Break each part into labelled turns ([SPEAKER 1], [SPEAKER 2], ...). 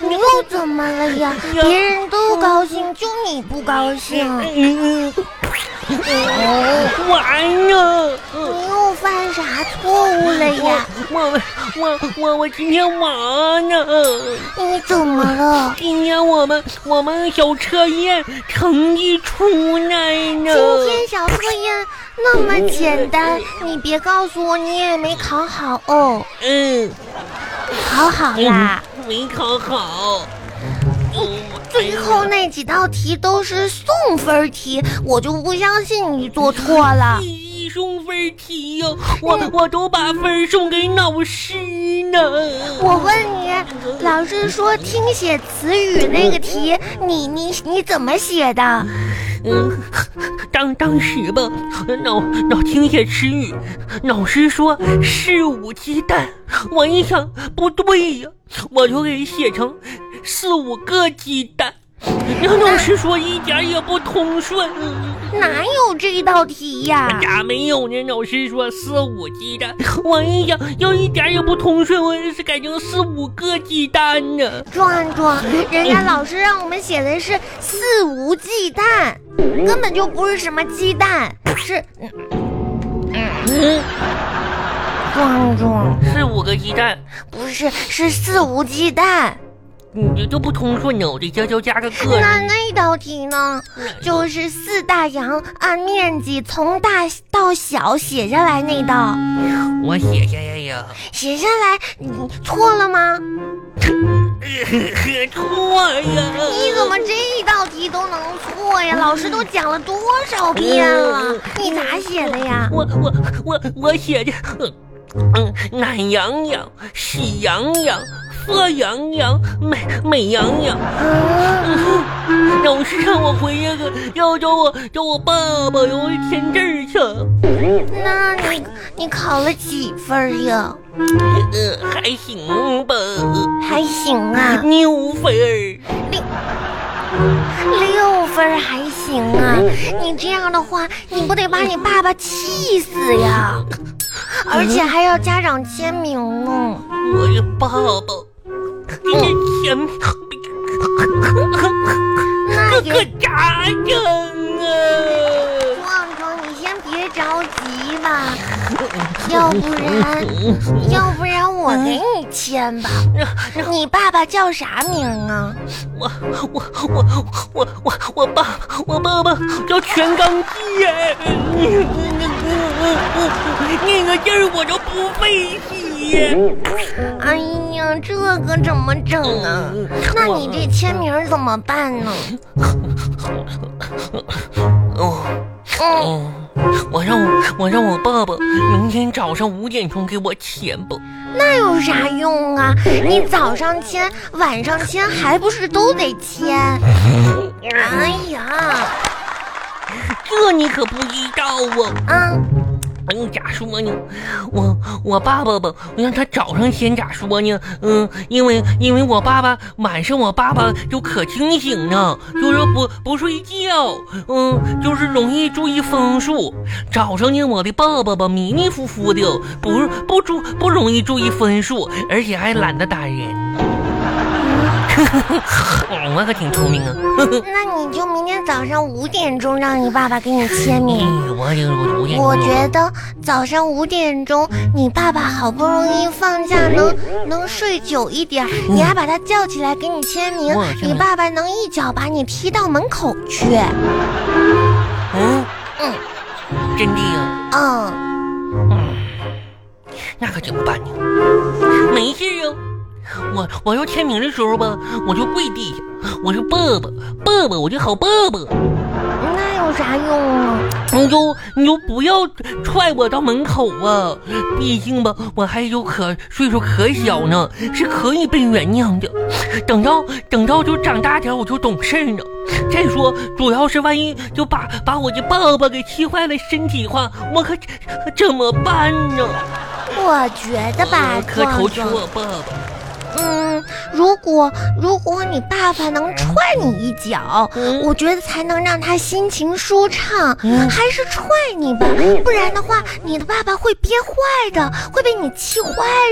[SPEAKER 1] 你又怎么了呀？别人都高兴，就你不高兴。
[SPEAKER 2] 嗯，完了，
[SPEAKER 1] 你又犯啥错误了呀？
[SPEAKER 2] 我我我我今天完了。
[SPEAKER 1] 你怎么了？
[SPEAKER 2] 今天我们我们小测验成绩出来
[SPEAKER 1] 今
[SPEAKER 2] 了，
[SPEAKER 1] 天小测验那么简单，你别告诉我你也没考好哦。
[SPEAKER 2] 嗯，
[SPEAKER 1] 考好啦，
[SPEAKER 2] 没考好。
[SPEAKER 1] 最后那几道题都是送分题，我就不相信你做错了。
[SPEAKER 2] 一送分题呀、我我都把分送给老师了。
[SPEAKER 1] 我问你，老师说听写词语那个题，你你你怎么写的？
[SPEAKER 2] 嗯，当当时吧，老老听写词语，老师说四五鸡蛋，我一想不对呀、我就给写成四五个鸡蛋。然后老师说一点也不通顺，
[SPEAKER 1] 哪有这道题呀？
[SPEAKER 2] 咋没有呢？老师说四五鸡蛋，我一想又一点也不通顺，我是改成四五个鸡蛋呢。
[SPEAKER 1] 壮壮，人家老师让我们写的是肆无忌惮，根本就不是什么鸡蛋，是
[SPEAKER 2] 嗯，
[SPEAKER 1] 壮壮，
[SPEAKER 2] 四五个鸡蛋，
[SPEAKER 1] 不是是肆无忌惮。
[SPEAKER 2] 你这就不通顺呢，我得加加加个个。
[SPEAKER 1] 那那道题呢，就是四大洋按面积从大到小写下来那道，
[SPEAKER 2] 我写下来呀。
[SPEAKER 1] 写下来你错了吗？
[SPEAKER 2] 可错呀！
[SPEAKER 1] 你怎么这一道题都能错呀？老师都讲了多少遍了，你咋写的呀？
[SPEAKER 2] 我我我我写的，嗯，懒羊羊、喜羊羊、沸羊羊、美美羊羊。
[SPEAKER 1] 嗯，
[SPEAKER 2] 老师让我回那个，要找我找我爸爸，让我签字儿去。
[SPEAKER 1] 那你你考了几分呀？
[SPEAKER 2] 呃，还行吧，
[SPEAKER 1] 还行啊，
[SPEAKER 2] 六分儿。
[SPEAKER 1] 六分还行啊。你这样的话，你不得把你爸爸气死呀？而且还要家长签名呢。
[SPEAKER 2] 我的爸爸，你这钱
[SPEAKER 1] 那
[SPEAKER 2] 可可
[SPEAKER 1] 也，
[SPEAKER 2] 咋整啊？
[SPEAKER 1] 壮壮，你先别着急吧，要不然，要不然我给你签吧。你爸爸叫啥名啊？
[SPEAKER 2] 我我我我我我爸我爸爸叫全刚健，那个劲儿我就不费气。
[SPEAKER 1] 哎呀，这个怎么整啊？那你这签名怎么办呢？
[SPEAKER 2] 哦
[SPEAKER 1] 嗯，
[SPEAKER 2] 哦，我让我我让我爸爸明天早上五点钟给我钱吧。
[SPEAKER 1] 那有啥用啊？你早上签，晚上签，还不是都得签？哎呀，
[SPEAKER 2] 这你可不知道啊！
[SPEAKER 1] 啊，
[SPEAKER 2] 嗯，咋说呢？我我爸爸吧，我让他早上先咋说呢？嗯，因为因为我爸爸晚上我爸爸就可清醒呢，就是不不睡觉，嗯，就是容易注意风速。早上呢，我的爸爸吧迷迷糊糊的，不不注不容易注意分数，而且还懒得打人。 嗯我可挺聪明啊！
[SPEAKER 1] 那你就明天早上五点钟让你爸爸给你签名。
[SPEAKER 2] 嗯我我啊我
[SPEAKER 1] 我觉得早上五点钟，你爸爸好不容易放假能能睡久一点儿，你还把他叫起来给你签名
[SPEAKER 2] 我，签
[SPEAKER 1] 你
[SPEAKER 2] 名
[SPEAKER 1] 爸爸能一脚把你踢到门口去。
[SPEAKER 2] 嗯
[SPEAKER 1] 嗯
[SPEAKER 2] 真的呀。
[SPEAKER 1] 嗯，
[SPEAKER 2] 那可怎么办呢？没事啊，我我要签名的时候吧，我就跪地下，我说爸爸爸爸，我就好爸爸，
[SPEAKER 1] 那有啥用啊？
[SPEAKER 2] 你就你就不要踹我到门口啊！毕竟吧，我还有可岁数可小呢，是可以被原谅的。等到等到就长大点，我就懂事儿了。再说，主要是万一就把把我的爸爸给气坏了身体的话，我可怎么办呢？
[SPEAKER 1] 我觉得吧，
[SPEAKER 2] 呃我磕头
[SPEAKER 1] 壮
[SPEAKER 2] 求
[SPEAKER 1] 壮，
[SPEAKER 2] 我爸爸。
[SPEAKER 1] 嗯，如果如果你爸爸能踹你一脚，
[SPEAKER 2] 嗯
[SPEAKER 1] 我觉得才能让他心情舒畅，
[SPEAKER 2] 嗯
[SPEAKER 1] 还是踹你吧，不然的话，你的爸爸会憋坏的，会被你气坏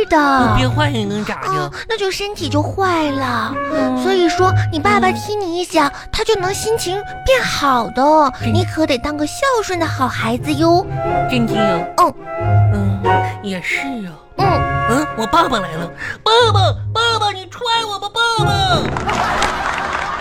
[SPEAKER 1] 的。
[SPEAKER 2] 憋坏了能咋
[SPEAKER 1] 啊
[SPEAKER 2] 的？，
[SPEAKER 1] 那就身体就坏了。所以说，你爸爸踢你一脚，他就能心情变好的。
[SPEAKER 2] 嗯
[SPEAKER 1] 你可得当个孝顺的好孩子哟。
[SPEAKER 2] 真的呀？
[SPEAKER 1] 嗯
[SPEAKER 2] 啊嗯，也是啊。
[SPEAKER 1] 嗯，
[SPEAKER 2] 嗯，我爸爸来了，爸爸，爸爸，你踹我吧，爸爸。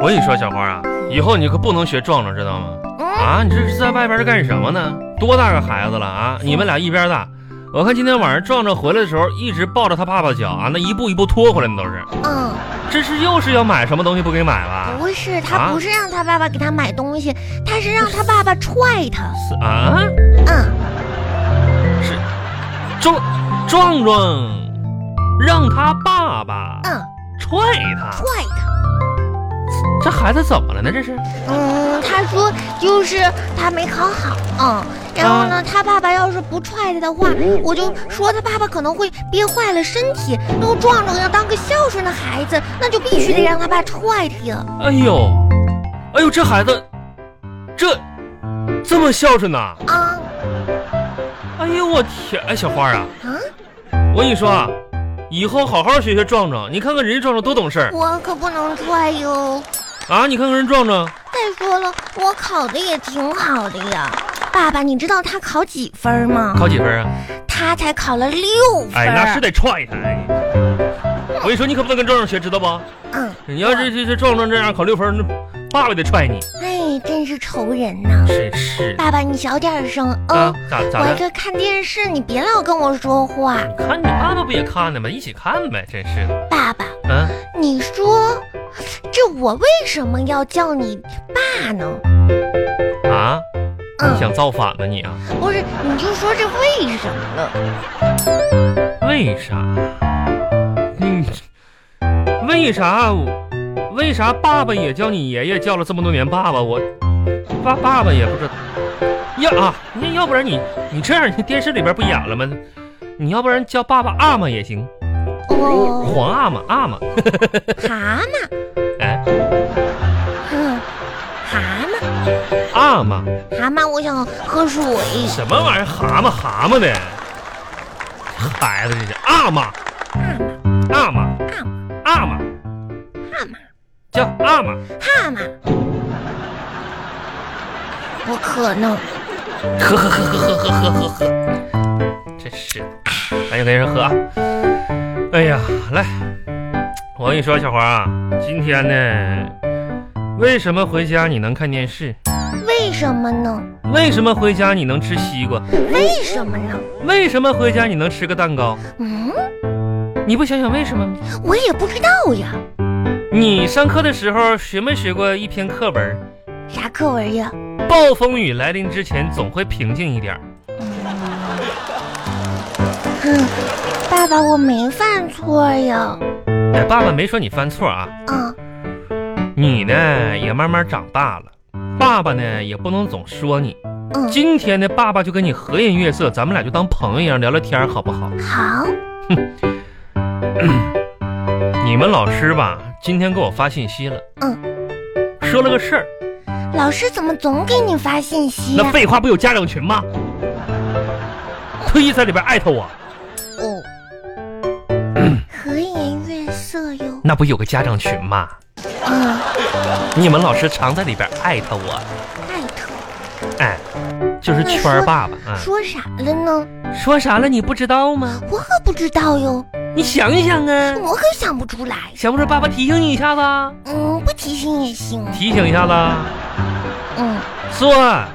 [SPEAKER 3] 我跟你说，小花啊，以后你可不能学壮壮，知道吗？啊，你这是在外边干什么呢？多大个孩子了啊？你们俩一边大。我看今天晚上壮壮回来的时候，一直抱着他爸爸的脚啊，那一步一步拖回来，那都是。
[SPEAKER 1] 嗯，
[SPEAKER 3] 这是又是要买什么东西不给买吧？
[SPEAKER 1] 不是，他
[SPEAKER 3] 啊
[SPEAKER 1] 不是让他爸爸给他买东西，他是让他爸爸踹他。
[SPEAKER 3] 是啊，
[SPEAKER 1] 嗯，
[SPEAKER 3] 是壮壮壮让他爸爸
[SPEAKER 1] 嗯，
[SPEAKER 3] 踹他，
[SPEAKER 1] 踹他。
[SPEAKER 3] 这孩子怎么了呢？这是
[SPEAKER 1] 嗯，他说就是他没考好。嗯，然后呢，他爸爸要是不踹他的话，我就说他爸爸可能会憋坏了身体。那我壮壮要当个孝顺的孩子，那就必须得让他爸踹他呀。
[SPEAKER 3] 哎呦，哎呦，这孩子，这这么孝顺呐、
[SPEAKER 1] 啊
[SPEAKER 3] 哎呦我天！哎，小花啊，
[SPEAKER 1] 啊！
[SPEAKER 3] 我跟你说啊，以后好好学学壮壮，你看看人家壮壮多懂事儿
[SPEAKER 1] 我可不能踹哟。
[SPEAKER 3] 啊！你看看人壮壮，
[SPEAKER 1] 再说了，我考的也挺好的呀。爸爸，你知道他考几分吗？
[SPEAKER 3] 考几分啊？
[SPEAKER 1] 他才考了六分。
[SPEAKER 3] 哎，那是得踹他！哎，我跟你说，你可不能跟壮壮学，知道不？
[SPEAKER 1] 嗯，
[SPEAKER 3] 你要是这这壮壮这样考六分，那爸爸得踹你。
[SPEAKER 1] 哎，真是愁人呐。
[SPEAKER 3] 真是的
[SPEAKER 1] 爸爸，你小点声
[SPEAKER 3] 啊
[SPEAKER 1] 哦。！
[SPEAKER 3] 咋
[SPEAKER 1] 我
[SPEAKER 3] 咋
[SPEAKER 1] 还
[SPEAKER 3] 的？
[SPEAKER 1] 在看电视，你别老跟我说话。
[SPEAKER 3] 你看你爸爸不也看呢吗？一起看呗，真是的。
[SPEAKER 1] 爸爸，
[SPEAKER 3] 嗯、
[SPEAKER 1] 你说这我为什么要叫你爸呢？
[SPEAKER 3] 啊，你
[SPEAKER 1] 嗯，
[SPEAKER 3] 想造反呢你啊？
[SPEAKER 1] 不是，你就说这为什么了？
[SPEAKER 3] 为啥？嗯，为啥我？为啥爸爸也叫你爷爷，叫了这么多年爸爸？我爸爸爸也不知道。呀啊，那要不然你你这样，你电视里边不演了吗？你要不然叫爸爸阿玛也行，
[SPEAKER 1] 哦，
[SPEAKER 3] 皇阿玛阿玛。
[SPEAKER 1] 蛤蟆，
[SPEAKER 3] 哎，
[SPEAKER 1] 嗯，蛤蟆。
[SPEAKER 3] 阿玛
[SPEAKER 1] 蛤蟆，我想喝水。
[SPEAKER 3] 什么玩意儿？蛤蟆蛤蟆的，孩子这是阿玛阿玛阿玛
[SPEAKER 1] 蛤蟆，
[SPEAKER 3] 叫阿玛，
[SPEAKER 1] 蛤蟆，我渴呢。
[SPEAKER 3] 喝喝喝喝喝喝喝喝，真是的，赶紧跟人喝啊！哎呀，来，我跟你说，小花啊，今天呢，为什么回家你能看电视？
[SPEAKER 1] 为什么呢？
[SPEAKER 3] 为什么回家你能吃西瓜？
[SPEAKER 1] 为什么呢？
[SPEAKER 3] 为什么回家你能吃个蛋糕？
[SPEAKER 1] 嗯，
[SPEAKER 3] 你不想想为什么吗？
[SPEAKER 1] 我也不知道呀。
[SPEAKER 3] 你上课的时候学没学过一篇课文？
[SPEAKER 1] 啥课文呀？
[SPEAKER 3] 暴风雨来临之前，总会平静一点儿。
[SPEAKER 1] 嗯，爸爸，我没犯错呀。
[SPEAKER 3] 哎，爸爸没说你犯错啊，
[SPEAKER 1] 啊，
[SPEAKER 3] 你呢也慢慢长大了，爸爸呢也不能总说你。
[SPEAKER 1] 嗯，
[SPEAKER 3] 今天呢，爸爸就跟你和颜悦色，咱们俩就当朋友一样聊聊天儿，好不好？
[SPEAKER 1] 好。
[SPEAKER 3] 你们老师吧，今天给我发信息了，
[SPEAKER 1] 嗯，
[SPEAKER 3] 说了个事儿。
[SPEAKER 1] 老师怎么总给你发信息
[SPEAKER 3] 那
[SPEAKER 1] 呀？
[SPEAKER 3] 废话，不有家长群吗？特意在里边艾特我，
[SPEAKER 1] 哦，和颜悦色哟。
[SPEAKER 3] 那不有个家长群吗？
[SPEAKER 1] 嗯，
[SPEAKER 3] 你们老师常在里边艾特我，
[SPEAKER 1] 艾特
[SPEAKER 3] 哎，就是圈儿爸嗯爸啊。
[SPEAKER 1] 说啥了呢？
[SPEAKER 3] 说啥了？你不知道吗？
[SPEAKER 1] 我可不知道哟，
[SPEAKER 3] 你想一想啊，
[SPEAKER 1] 我可想不出来。
[SPEAKER 3] 想不想爸爸提醒你一下子啊？
[SPEAKER 1] 嗯，不提醒也行。
[SPEAKER 3] 提醒一下子啊。
[SPEAKER 1] 嗯，
[SPEAKER 3] 说，啊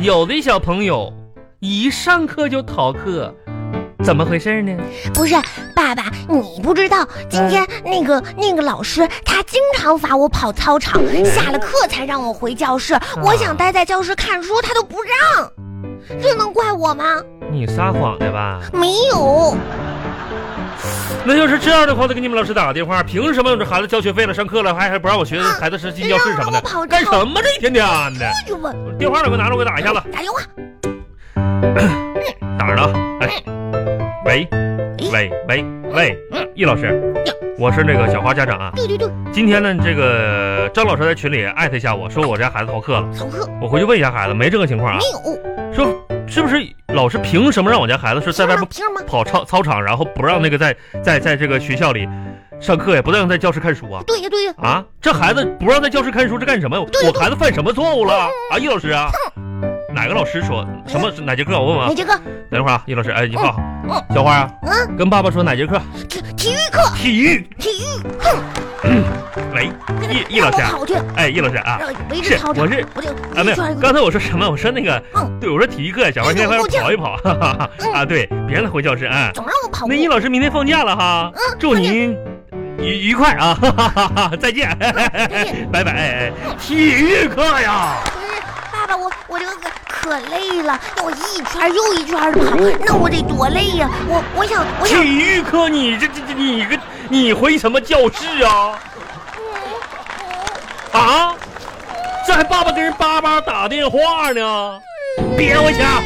[SPEAKER 3] 有的小朋友一上课就逃课，怎么回事呢？
[SPEAKER 1] 不是，爸爸，你不知道，今天那个那个老师他经常罚我跑操场，下了课才让我回教室。我想待在教室看书，他都不让，这能怪我吗？
[SPEAKER 3] 你撒谎的吧？
[SPEAKER 1] 没有，
[SPEAKER 3] 那要是这样的话，我得给你们老师打个电话。凭什么这孩子交学费了，上课了，还还不让我学孩子是进教室什
[SPEAKER 1] 啊
[SPEAKER 3] 么
[SPEAKER 1] 让我
[SPEAKER 3] 的
[SPEAKER 1] 跑？
[SPEAKER 3] 干什么这一天天的？
[SPEAKER 1] 这就问
[SPEAKER 3] 电话给我拿着，我给打一下子。
[SPEAKER 1] 打电话，
[SPEAKER 3] 哪儿呢？
[SPEAKER 1] 嗯
[SPEAKER 3] 哎，喂，喂，喂，喂，
[SPEAKER 1] 嗯
[SPEAKER 3] 易老师，我是那个小花家长啊。
[SPEAKER 1] 对对对，
[SPEAKER 3] 今天呢，这个张老师在群里艾特一下我说我家孩子逃课了，
[SPEAKER 1] 逃课
[SPEAKER 3] 我回去问一下孩子，没这个情况啊
[SPEAKER 1] 没。有？
[SPEAKER 3] 说是不是老师凭什么让我家孩子是在外边
[SPEAKER 1] 凭什么？凭什么
[SPEAKER 3] 跑操操场，然后不让那个在在在这个学校里上课呀，不让在教室看书啊？
[SPEAKER 1] 对呀对呀，
[SPEAKER 3] 啊，这孩子不让在教室看书是干什么呀？
[SPEAKER 1] 对
[SPEAKER 3] 我孩子犯什么错误
[SPEAKER 1] 嗯
[SPEAKER 3] 了啊？易老师啊，哪个老师说什么哪节课？我问问啊
[SPEAKER 1] 你。这个
[SPEAKER 3] 等会儿啊，易老师，哎，你放好
[SPEAKER 1] 嗯。
[SPEAKER 3] 小花啊，跟爸爸说哪节课？
[SPEAKER 1] 体体育课，
[SPEAKER 3] 体育。
[SPEAKER 1] 体育，哼，
[SPEAKER 3] 喂，易易
[SPEAKER 1] 让
[SPEAKER 3] 老
[SPEAKER 1] 我
[SPEAKER 3] 师啊，
[SPEAKER 1] 跑去，
[SPEAKER 3] 哎，易老师啊，
[SPEAKER 1] 让我围着
[SPEAKER 3] 是
[SPEAKER 1] 操场，
[SPEAKER 3] 我是
[SPEAKER 1] 我得
[SPEAKER 3] 啊，没
[SPEAKER 1] 围
[SPEAKER 3] 有
[SPEAKER 1] 圈，
[SPEAKER 3] 刚才我说什么？我说那个，
[SPEAKER 1] 嗯
[SPEAKER 3] 对，我说体育课，小孩先
[SPEAKER 1] 哎
[SPEAKER 3] 在
[SPEAKER 1] 我
[SPEAKER 3] 外跑一跑，哈哈哈
[SPEAKER 1] 嗯
[SPEAKER 3] 啊，对，别让他回教室啊。
[SPEAKER 1] 总让我跑步
[SPEAKER 3] 那。易老师明天放假了哈，
[SPEAKER 1] 嗯
[SPEAKER 3] 祝
[SPEAKER 1] 放假嗯
[SPEAKER 3] 您愉愉快啊，哈哈哈哈，再见，
[SPEAKER 1] 见 嗯
[SPEAKER 3] 拜拜。哎体育课呀，
[SPEAKER 1] 不是，爸爸，我我这个可累了，那我一圈又一圈的跑，
[SPEAKER 3] 哦
[SPEAKER 1] 那我得多累呀、我我想我想，
[SPEAKER 3] 体育课，你这这这你个你回什么教室啊？啊，这还爸爸跟人叭叭打电话呢，别回家，